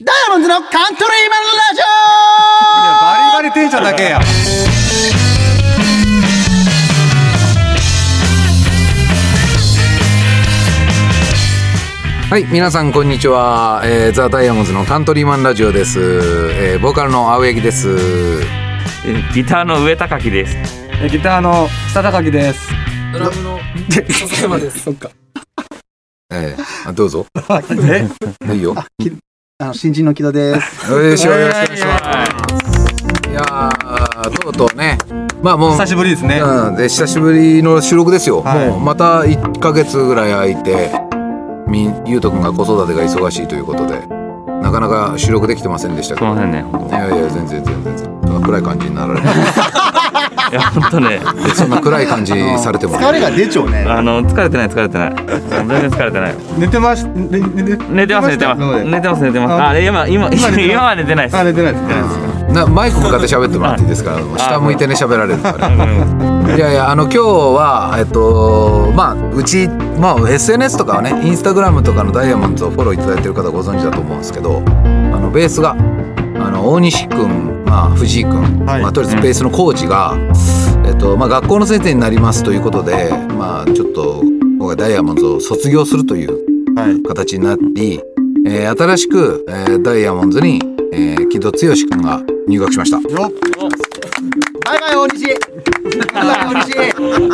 ダイヤモンドのカントリーマンラジいやバリバリテンションだけやはい皆さんこんにちは、えー、ザ・ダイヤモンズのカントリーマンラジオです、えー、ボーカルの青柳ですえーギターの上高木です。えギターの下高木ですドラムの笹 山ですそっかえー、あどうぞえいいよ、オあの新人の木戸ですえー、しようよろしくお願いしますいやーとうとうねまあもう久しぶりですねうん、で久しぶりの収録ですよ、はいもうまた1か月ぐらい空いてみゆうとくんが子育てが忙しいということでなかなか収録できてませんでしたけすいどませんね、本いやいや全然全然全然暗い感じになられて当。いや、本当 ね、そんな暗い感じされても。疲れが出ちゃうねあの、疲れてない、疲れてない。全然疲れてない。寝てます寝寝て寝てます、寝てます。寝てます、寝てます。あ、今、今、今寝てます今は寝てないです。あ寝てないです寝てないですなマイク向かって喋ってもらっていいですから、もう下向いてね喋られるから。うんいやいやあの今日はえっとまあうちまあ SNS とかはね、インスタグラムとかのダイヤモンドをフォローいただいてる方ご存知だと思うんですけど、あのベースがあの大西くん、まあ藤井くん、はいまあとりあえずベースのコーチが、えっとまあ学校の先生になりますということで、まあちょっと僕はダイヤモンドを卒業するというはい形になり、えー新しく、えーダイヤモンズに、えー、木戸剛くんが入学 しました。よっバイバイ大西バイバイ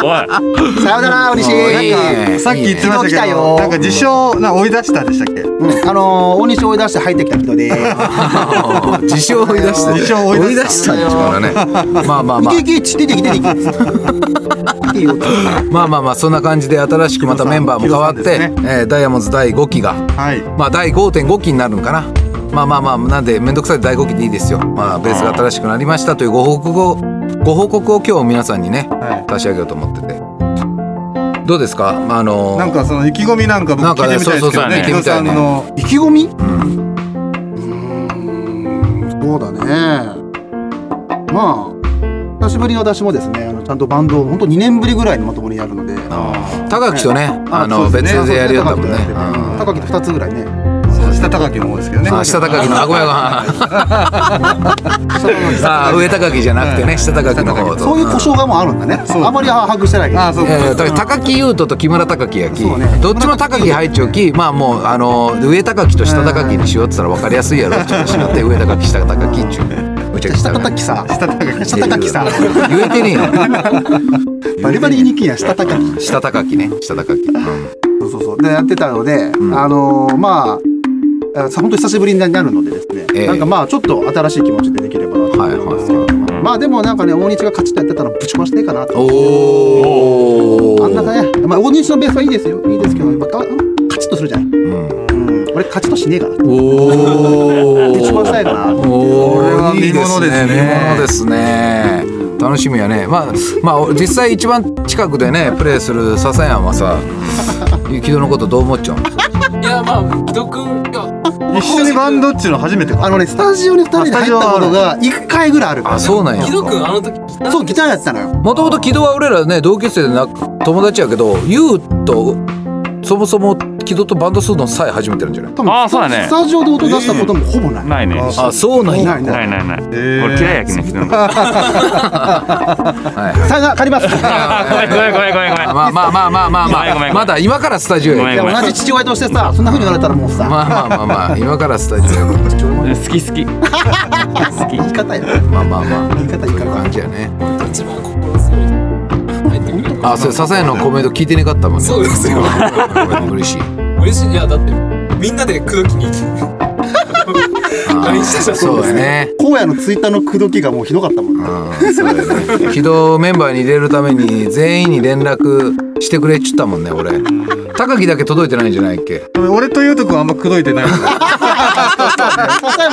大おい、西さよなら大西もういいなねんかさっき言ってました昨日来たけよどなんか自称なんか追い出したでしたっけうんあのー大西追い出して入ってきた木戸です自称を追い出して、自称を追追いい出出したんですからね。まあまあまあい。けいけち出てきて出てきていけよまあまあまあそんな感じで新しくまたメンバーも変わって、木戸さんでえーダイヤモンズ第5期がはいまあ第5.5期になるのかなまあまあまあなんで面倒くさい第5期でいいですよまあベースが新しくなりましたというご報告をご報告を今日皆さんにねは差し上げようと思っててどうですか、まあ、あのいなんかその意気込みなんか僕なんか聞ねいてみたいですけどね木戸さそうそうそう聞いてみたいんねの意気込みうんうーんそうだねまあ久しぶりに私もですねあのちゃんとバンドを本当2年ぶりぐらいにまともにやるので高木とね、あの、そうです別ねでやりよったもんね。そうですねうん高木と2つぐらいね下高木の方ですけどねあ、下高木の、あ、ごめんご めん。あ、上高木じゃなくてね、下高木の方と。そういう故障がもうあるんだねそうあまり把握してないけどあそういやいやだから高木優斗と木村高木やき、そうねどっちも高木入っちゃうきまあもうあの上高木と下高木にしようって言ったら分かりやすいやろって話になって上高木下高木っちゅうむちゃくちゃ下高木さ 下高木下高木さ言えてねえよバリバリにきや下高木下高木ね下高木、うんそうそうそうでやってたので、んあのーまああさ本当久しぶりになるのでですね、ええなんかまあちょっと新しい気持ちでできればなとはい思いますけど、はまあでもなんかね大西が勝ちとやってたらぶち壊していいかなとおおあんなね、まあ、大西のベースはいいですよいいですけどやっぱかカチッとするじゃない、うん、俺カチッとしねえからおおぶち壊したいかなとおれはーいい見でものすですねね見ものですね楽しみやねまあまあ実際一番近くでねプレーする笹山はさ雪戸のことどう思っちゃうんですかいやまあ既読が一緒にバンドっちゅうの初めてかあのねスタジオに2人で入ったことが1回ぐらいあるからあそうなんや既読あの時そうギターやってたのよもともと木戸は俺らね同級生でな友達やけど優とそもそも木戸とバンドするのさえ初めてなんじゃない多分あーそうだねスタジオで音出したこともほぼない、ないね。あそうなんやないないないないない。俺ー嫌いやきね、 人のこと。はいさよなら借り ますいごめん、ごめん、ごめん、ごめん、ごめん。まあまあまあまあまあごめんごめんごまめあんまだ今からスタジオへごめんや同じ父親としてさそんな風に言われたらもうさ、まあまあまあまあ今からスタジオへ好き、好き。好き。言い方やまあまあまあ言い方いいそういかうら感じやね一番心強い入ってくるあ、それ笹谷のコメント聞いてなかったもんね。そうですよ嬉しい。嬉しいいやだってみんなで口説きに行あー LINE してたそうだね。荒野のツイッターの口説きがもうひどかったもんねうん、そうだね。軌道メンバーに入れるために全員に連絡してくれっちゅったもんね、俺。高木だけ届いてないんじゃないっけ。俺とゆうとくんはあんま口説いて ない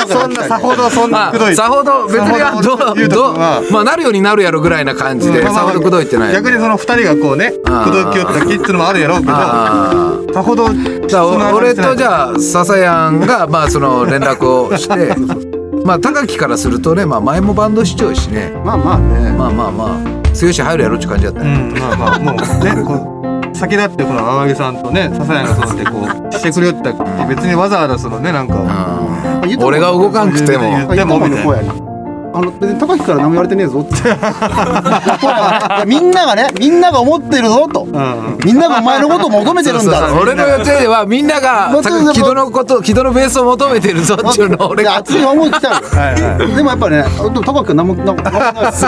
そんなさほどそんなま口説いあ、てさほど別にあさほどどう言うとどうこはまあなるようになるやろぐらいな感じで、うんさほど届いてない。逆にその二人がこうねあー口説きよったきっつうのもあるやろうけどさあーほどだからお俺とじゃあ笹谷がまあその連絡をして、まあ高木からするとね、まあ前もバンド視聴しね。まあまあねまあまあまあ剛入るやろっちゅう感じだったうね、んまあまあもうねこう先だってこの青柳さんとね笹谷がそうやってこうしてくれよったって別にわざわざそのねなんかうん言っても俺が動かんくて言もっても言みってものたいな声やなあの別に高木から何も言われてねえぞって いや声はねいやみんながねみんなが思ってるぞとうんみんながお前のことを求めてるんだそうそうそう俺の予定ではみんなが求めてる木戸のこと木戸のベースを求めてるぞっていうのを俺いやが熱い思い来たよはいはいでもやっぱねでも高木君何も何も何もないです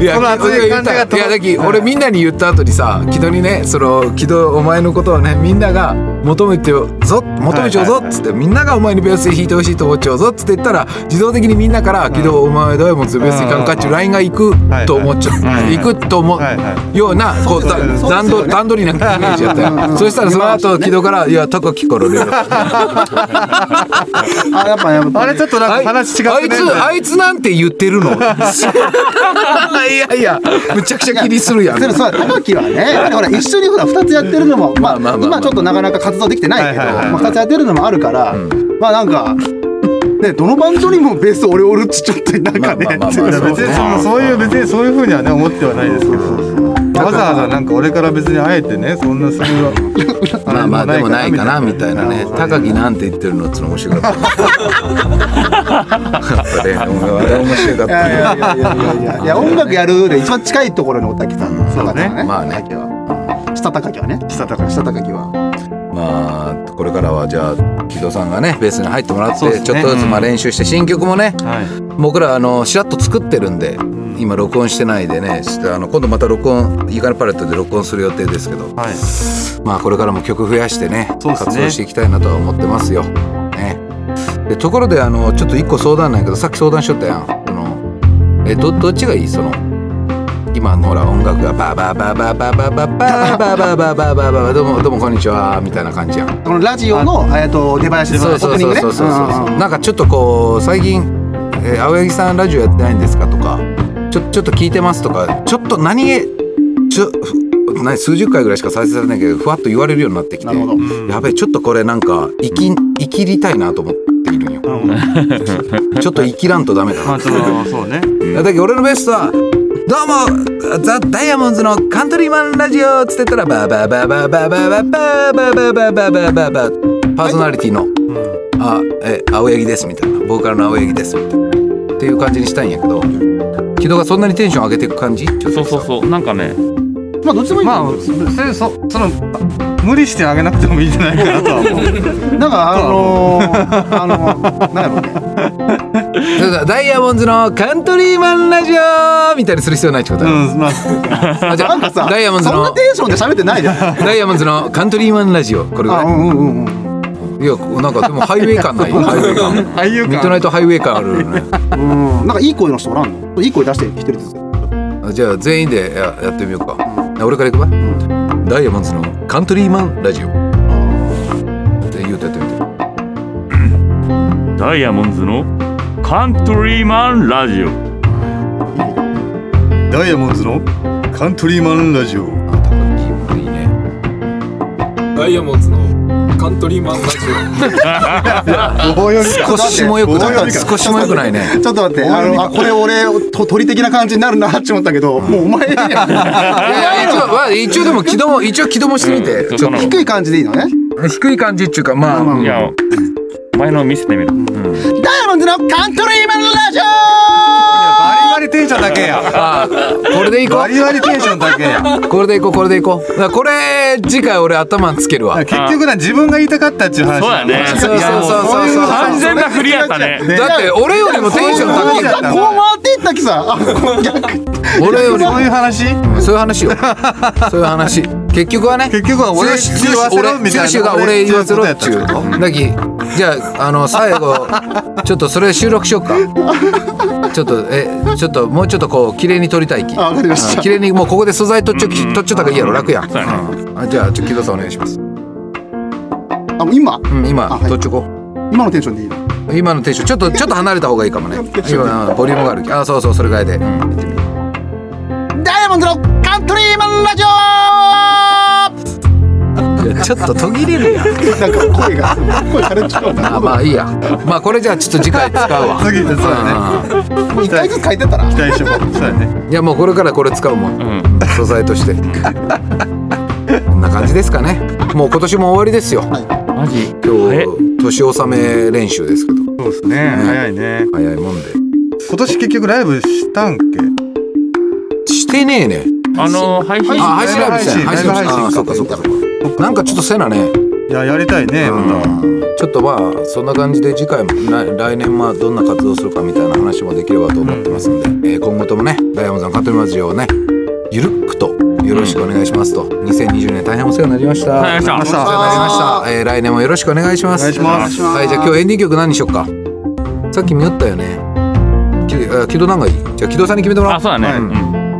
いやその熱い木戸が言っ感じたがいやだき俺みんなに言った後にさ木戸にねその木戸お前のことをねみんなが求めてよぞ求めちゃうぞっつってみんながお前にベース弾いてほしいと思っちゃうぞっつって言ったら自動的にみんなから「木戸お前どうやもんつベース弾かんか」っていうラインが行くと思っちゃう行くと思うはいはようなこうそだうですよね段取り段取りなイメージやったうんうんうよんそしたらその後木戸から「いや高木から連絡」 あやっぱねやっぱあれちょっとなんか話違あっていねつあいつなんて言ってる のいやいやむちゃくちゃ気にするやんでもそう高木はねやっぱりほら一緒にほら2つやってるのも、まあまあまあまあ今ちょっとなかなか活動できてないけど、はいはいはいはいまあ、2つやってるのもあるから、まあなんか。ね、どのバンドにもベース俺おるっちちょっとなんかねまあまあまあまあっていういのやは別にそのそういう別にそういうふうにはね思ってはないですけどわざわざなんか俺から別にあえてねそんなするまあまあでもないかなみたいなね高高木なんて言ってるのっつうの面白かったやっぱねあれ面白かいったねやいやいやいやいやいや音楽やるで一番近いところにおたけさんそうだねまあね高木は下高木はね下高下高木はまあこれからはじゃあ木戸さんがねベースに入ってもらっそうでてすねちょっとずつまあ練習して新曲もねはい僕らあのしらっと作ってるんで今録音してないでねしてあの今度また録音イカレパレットで録音する予定ですけどはいまあこれからも曲増やしてねそうっすね活動していきたいなとは思ってますよ。ね、でところであのちょっと一個相談なんやけどさっき相談しとったやん。そのえどどっちがいいその今のほら音楽がバーバーバーバーバーバーバーバーバーバーバーバーバーバーどうもどうもこんにちはみたいな感じやん。このラジオのえっと出囃子のそオうーそプうニンそグねうそうそうそううんなんかちょっとこう最近「えー青柳さんラジオやってないんですか?」とかちょ「ちょっと聞いてます」とかちょっと何気ちょふ何数十回ぐらいしか再生されないけどふわっと言われるようになってきなてるほどやべえちょっとこれなんか生き生きりたいなと思っているんよ ちょっと生きらんとダメだまなあそのそうねだけど俺のベストは「どうもザ・ダイヤモンドズのカントリーマンラジオ」っつってたら「バーバーバーバーバーバーバーバーバーバーバーバーバーバーパーソナリティの「あえ青柳です」みたいな「ボーカルの青柳です」みたいなっていう感じにしたいんやけど木戸がそんなにテンション上げていく感じそうそうそうなんかねまあどっちでもいいまあよそそその無理してあげなくてもいいんじゃないかなとは思うなんかあのーあの ーなんやろうねそうそうダイヤモンドズのカントリーマンラジオみたいにする必要ないってことだうんまああじゃなんかさあダイヤモンドズそんなのテンションで喋ってないじゃん ダイヤモンズのカントリーマンラジオこれぐらあいうんうんうんうんいやなんかでもハイウェイ感ないハイウェイ感俳優ミッドナ感イトハイウェイ感あるよねうん、なんかいい声の人おらんのいい声出して一人ずつあじゃあ全員でややってみようか、あ俺からいくわ、ダイヤモンドズのカントリーマンラジオって言うてやってみてダイヤモンズのカントリーマンラジオダイヤモンズのカントリーマンラジオあ高木いいねダイヤモンズのカントリーマンラジ棒より少しもよくない少しもよくないねちょっと待ってあのあこれ俺と鳥的な感じになるなって思ったけどもうお前やんいやいや一応わ一応でも軌道も一応軌道もしてみて、うんちょその低い感じでいいのね低い感じっていうかまあ、まあまあいや前の見せてみる、うんダイヤモンドのカントリーマンラジバリバリテンションだけやあこれでいこバリバリテンションだけやうこれでいこうこれでいこうだからこれ次回俺頭につけるわだ結局な自分が言いたかったっていう話そうだねそうそうそうそういやもそうそうそう完全なフリやった ねねって俺よりもテンション高いんだオそうこう回っていったっけさあこう逆俺よりもそういう話そういう話よ。そういう話。結局はね。結局は俺剛言わせろ俺みたいな剛が俺言わせろっちゅう。そうだき、じゃあ、あの、最後、ちょっとそれ収録しよっか。ちょっと、え、ちょっと、もうちょっとこう、綺麗に撮りたいき。あわかりましたうん綺麗に、もうここで素材取っちょき、取っちょった方がいいやろ、楽やん。そうやねうんあじゃあ、ちょ、木戸さんお願いします。あ今うん、今、あはい取っちょこう。今のテンションでいいの今のテンションちょっとちょっと離れた方がいいかもね今ボリュームがあるきあそうそうそれぐらいで、うんダイヤモンドのカントリーマンラジオいやちょっと途切れるやんなんか声が声枯れちゃうあな まあいいやまあこれじゃあちょっと次回使うわ次そうだねうんもう一回ずつ変えてったら期待しようそうだねいやもうこれからこれ使うもん、うん素材としてこんな感じですかねもう今年も終わりですよマジ今え日年納め練習ですけどそうですね早いね早いもんで今年結局ライブしたんけしてねえねあの配信あ配信ライブしてないラ配イ信ブライ配ブ信ああそうかそうかそうかなんかちょっとせなねいややりたいねまたちょっとまあそんな感じで次回も来来年まあどんな活動するかみたいな話もできればと思ってますんで、えー今後ともねダイヤモンドさんカトリーマジオをねゆるっくとよろしくお願いしますと、2020年大変お世話になりましたお世話になりましたお世話になりました、えー来年もよろしくお願いしますお願いしますはいじゃあ今日エンディング曲何にしよっかさっき見よったよねきあ木戸なんかいいじゃあ木戸さんに決めてもらおあうそうだね、はいうんまあ今日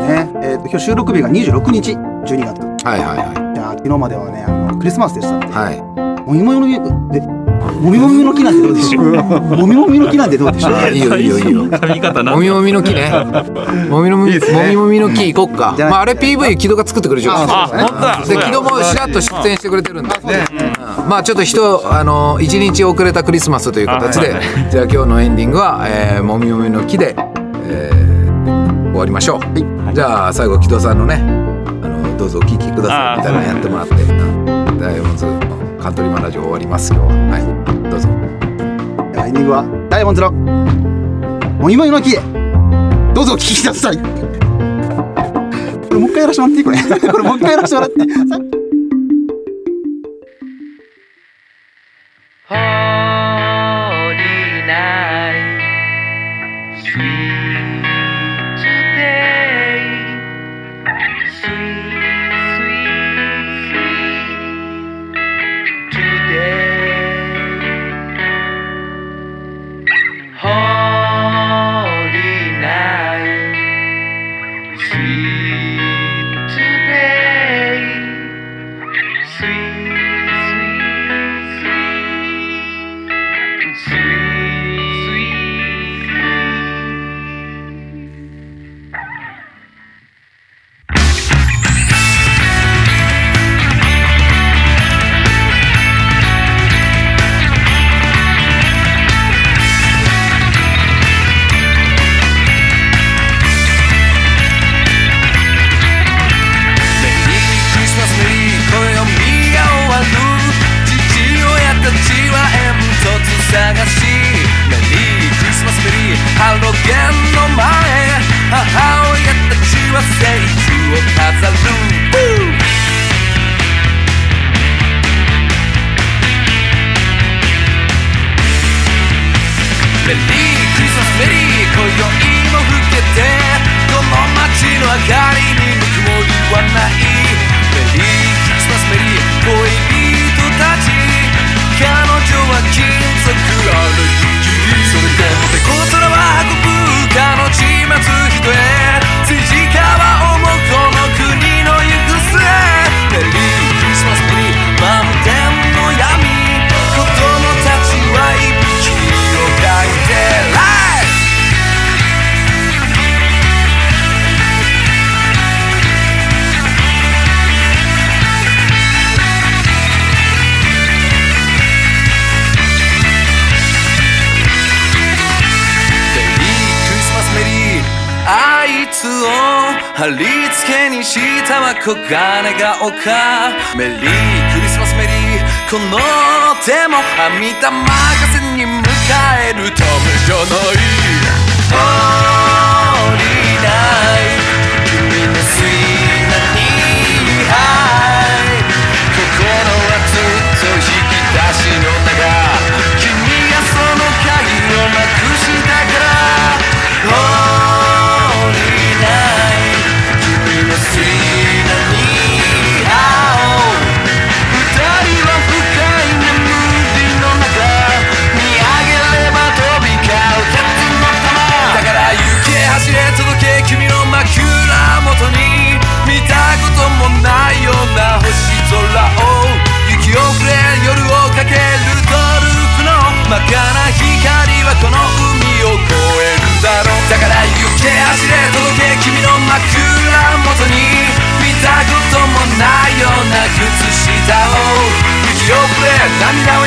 はね、えーと今日収録日が26日12月はいはいはじゃあ昨日まではねあのクリスマスでしたのでいはいもみもみの木でもみもみの木なんてどうでしょうもみもみの木なんてどうでしょうあいいよいいよいいよ髪型なもんみだもみの木ね。もみのみ、いいですもみねもみの木行こっか。じゃあまああれ PV 木戸が作ってくれるじゃん。あ本当だでそうや木戸もしらっと出演してくれてるんで。ねうんまあちょっと人あの一日遅れたクリスマスという形であは、じゃあ今日のエンディングはえーもみもみの木でえー終わりましょう。じゃあ最後木戸さんのね、あのどうぞお聞きくださいみたいなのやってもらって、うんダイヤモンズカントリーマンラジオ終わりますよ。はい、どうぞ。ではエンディングはダイヤモンドのもみもみの木へどうぞお聞きくださいこれもう一回やらせてもらっていいこれこれもう一回やらせてもらってさホーリーナイトスイーツデイスイースイースイートゥデイホーリーナイトスイーツデイ sweet, sweet, sweet. Merry Christmas, Merry 声を見合わぬ父親たちは煙突探し Merry Christmas, Merry ハロゲンの前母親たちは聖句を飾る Woo! ベリークリスマスベリー今宵も更けてこの街の明かりにぬくもりはないベリークリスマスベリー恋人たち彼女は金属ある雪それでもてこ空は運ぶかの始末人へ辻川をもこの国の行く末ベリークリスマスベリー満天の闇子供たちは息を描いて Life! メリークリスマスメリーあいつを貼り付けにしたは黄金が丘メリークリスマスメリーこの手も編み玉任せに迎えるためじゃない降りない君のスイナにハイ心はずっと引き出しの中君がその声をなくしたから降りない君のスイナに青二人は深い眠りの中見上げれば飛び交う鉄の玉だから行け走れ届け君の枕元に見たこともないような星空を雪を触れ夜をかけるトループの真っ赤な光はこの海を越えるだろうだから行け走れ届け君の枕元に見たこともないような靴下を雪を触れ涙を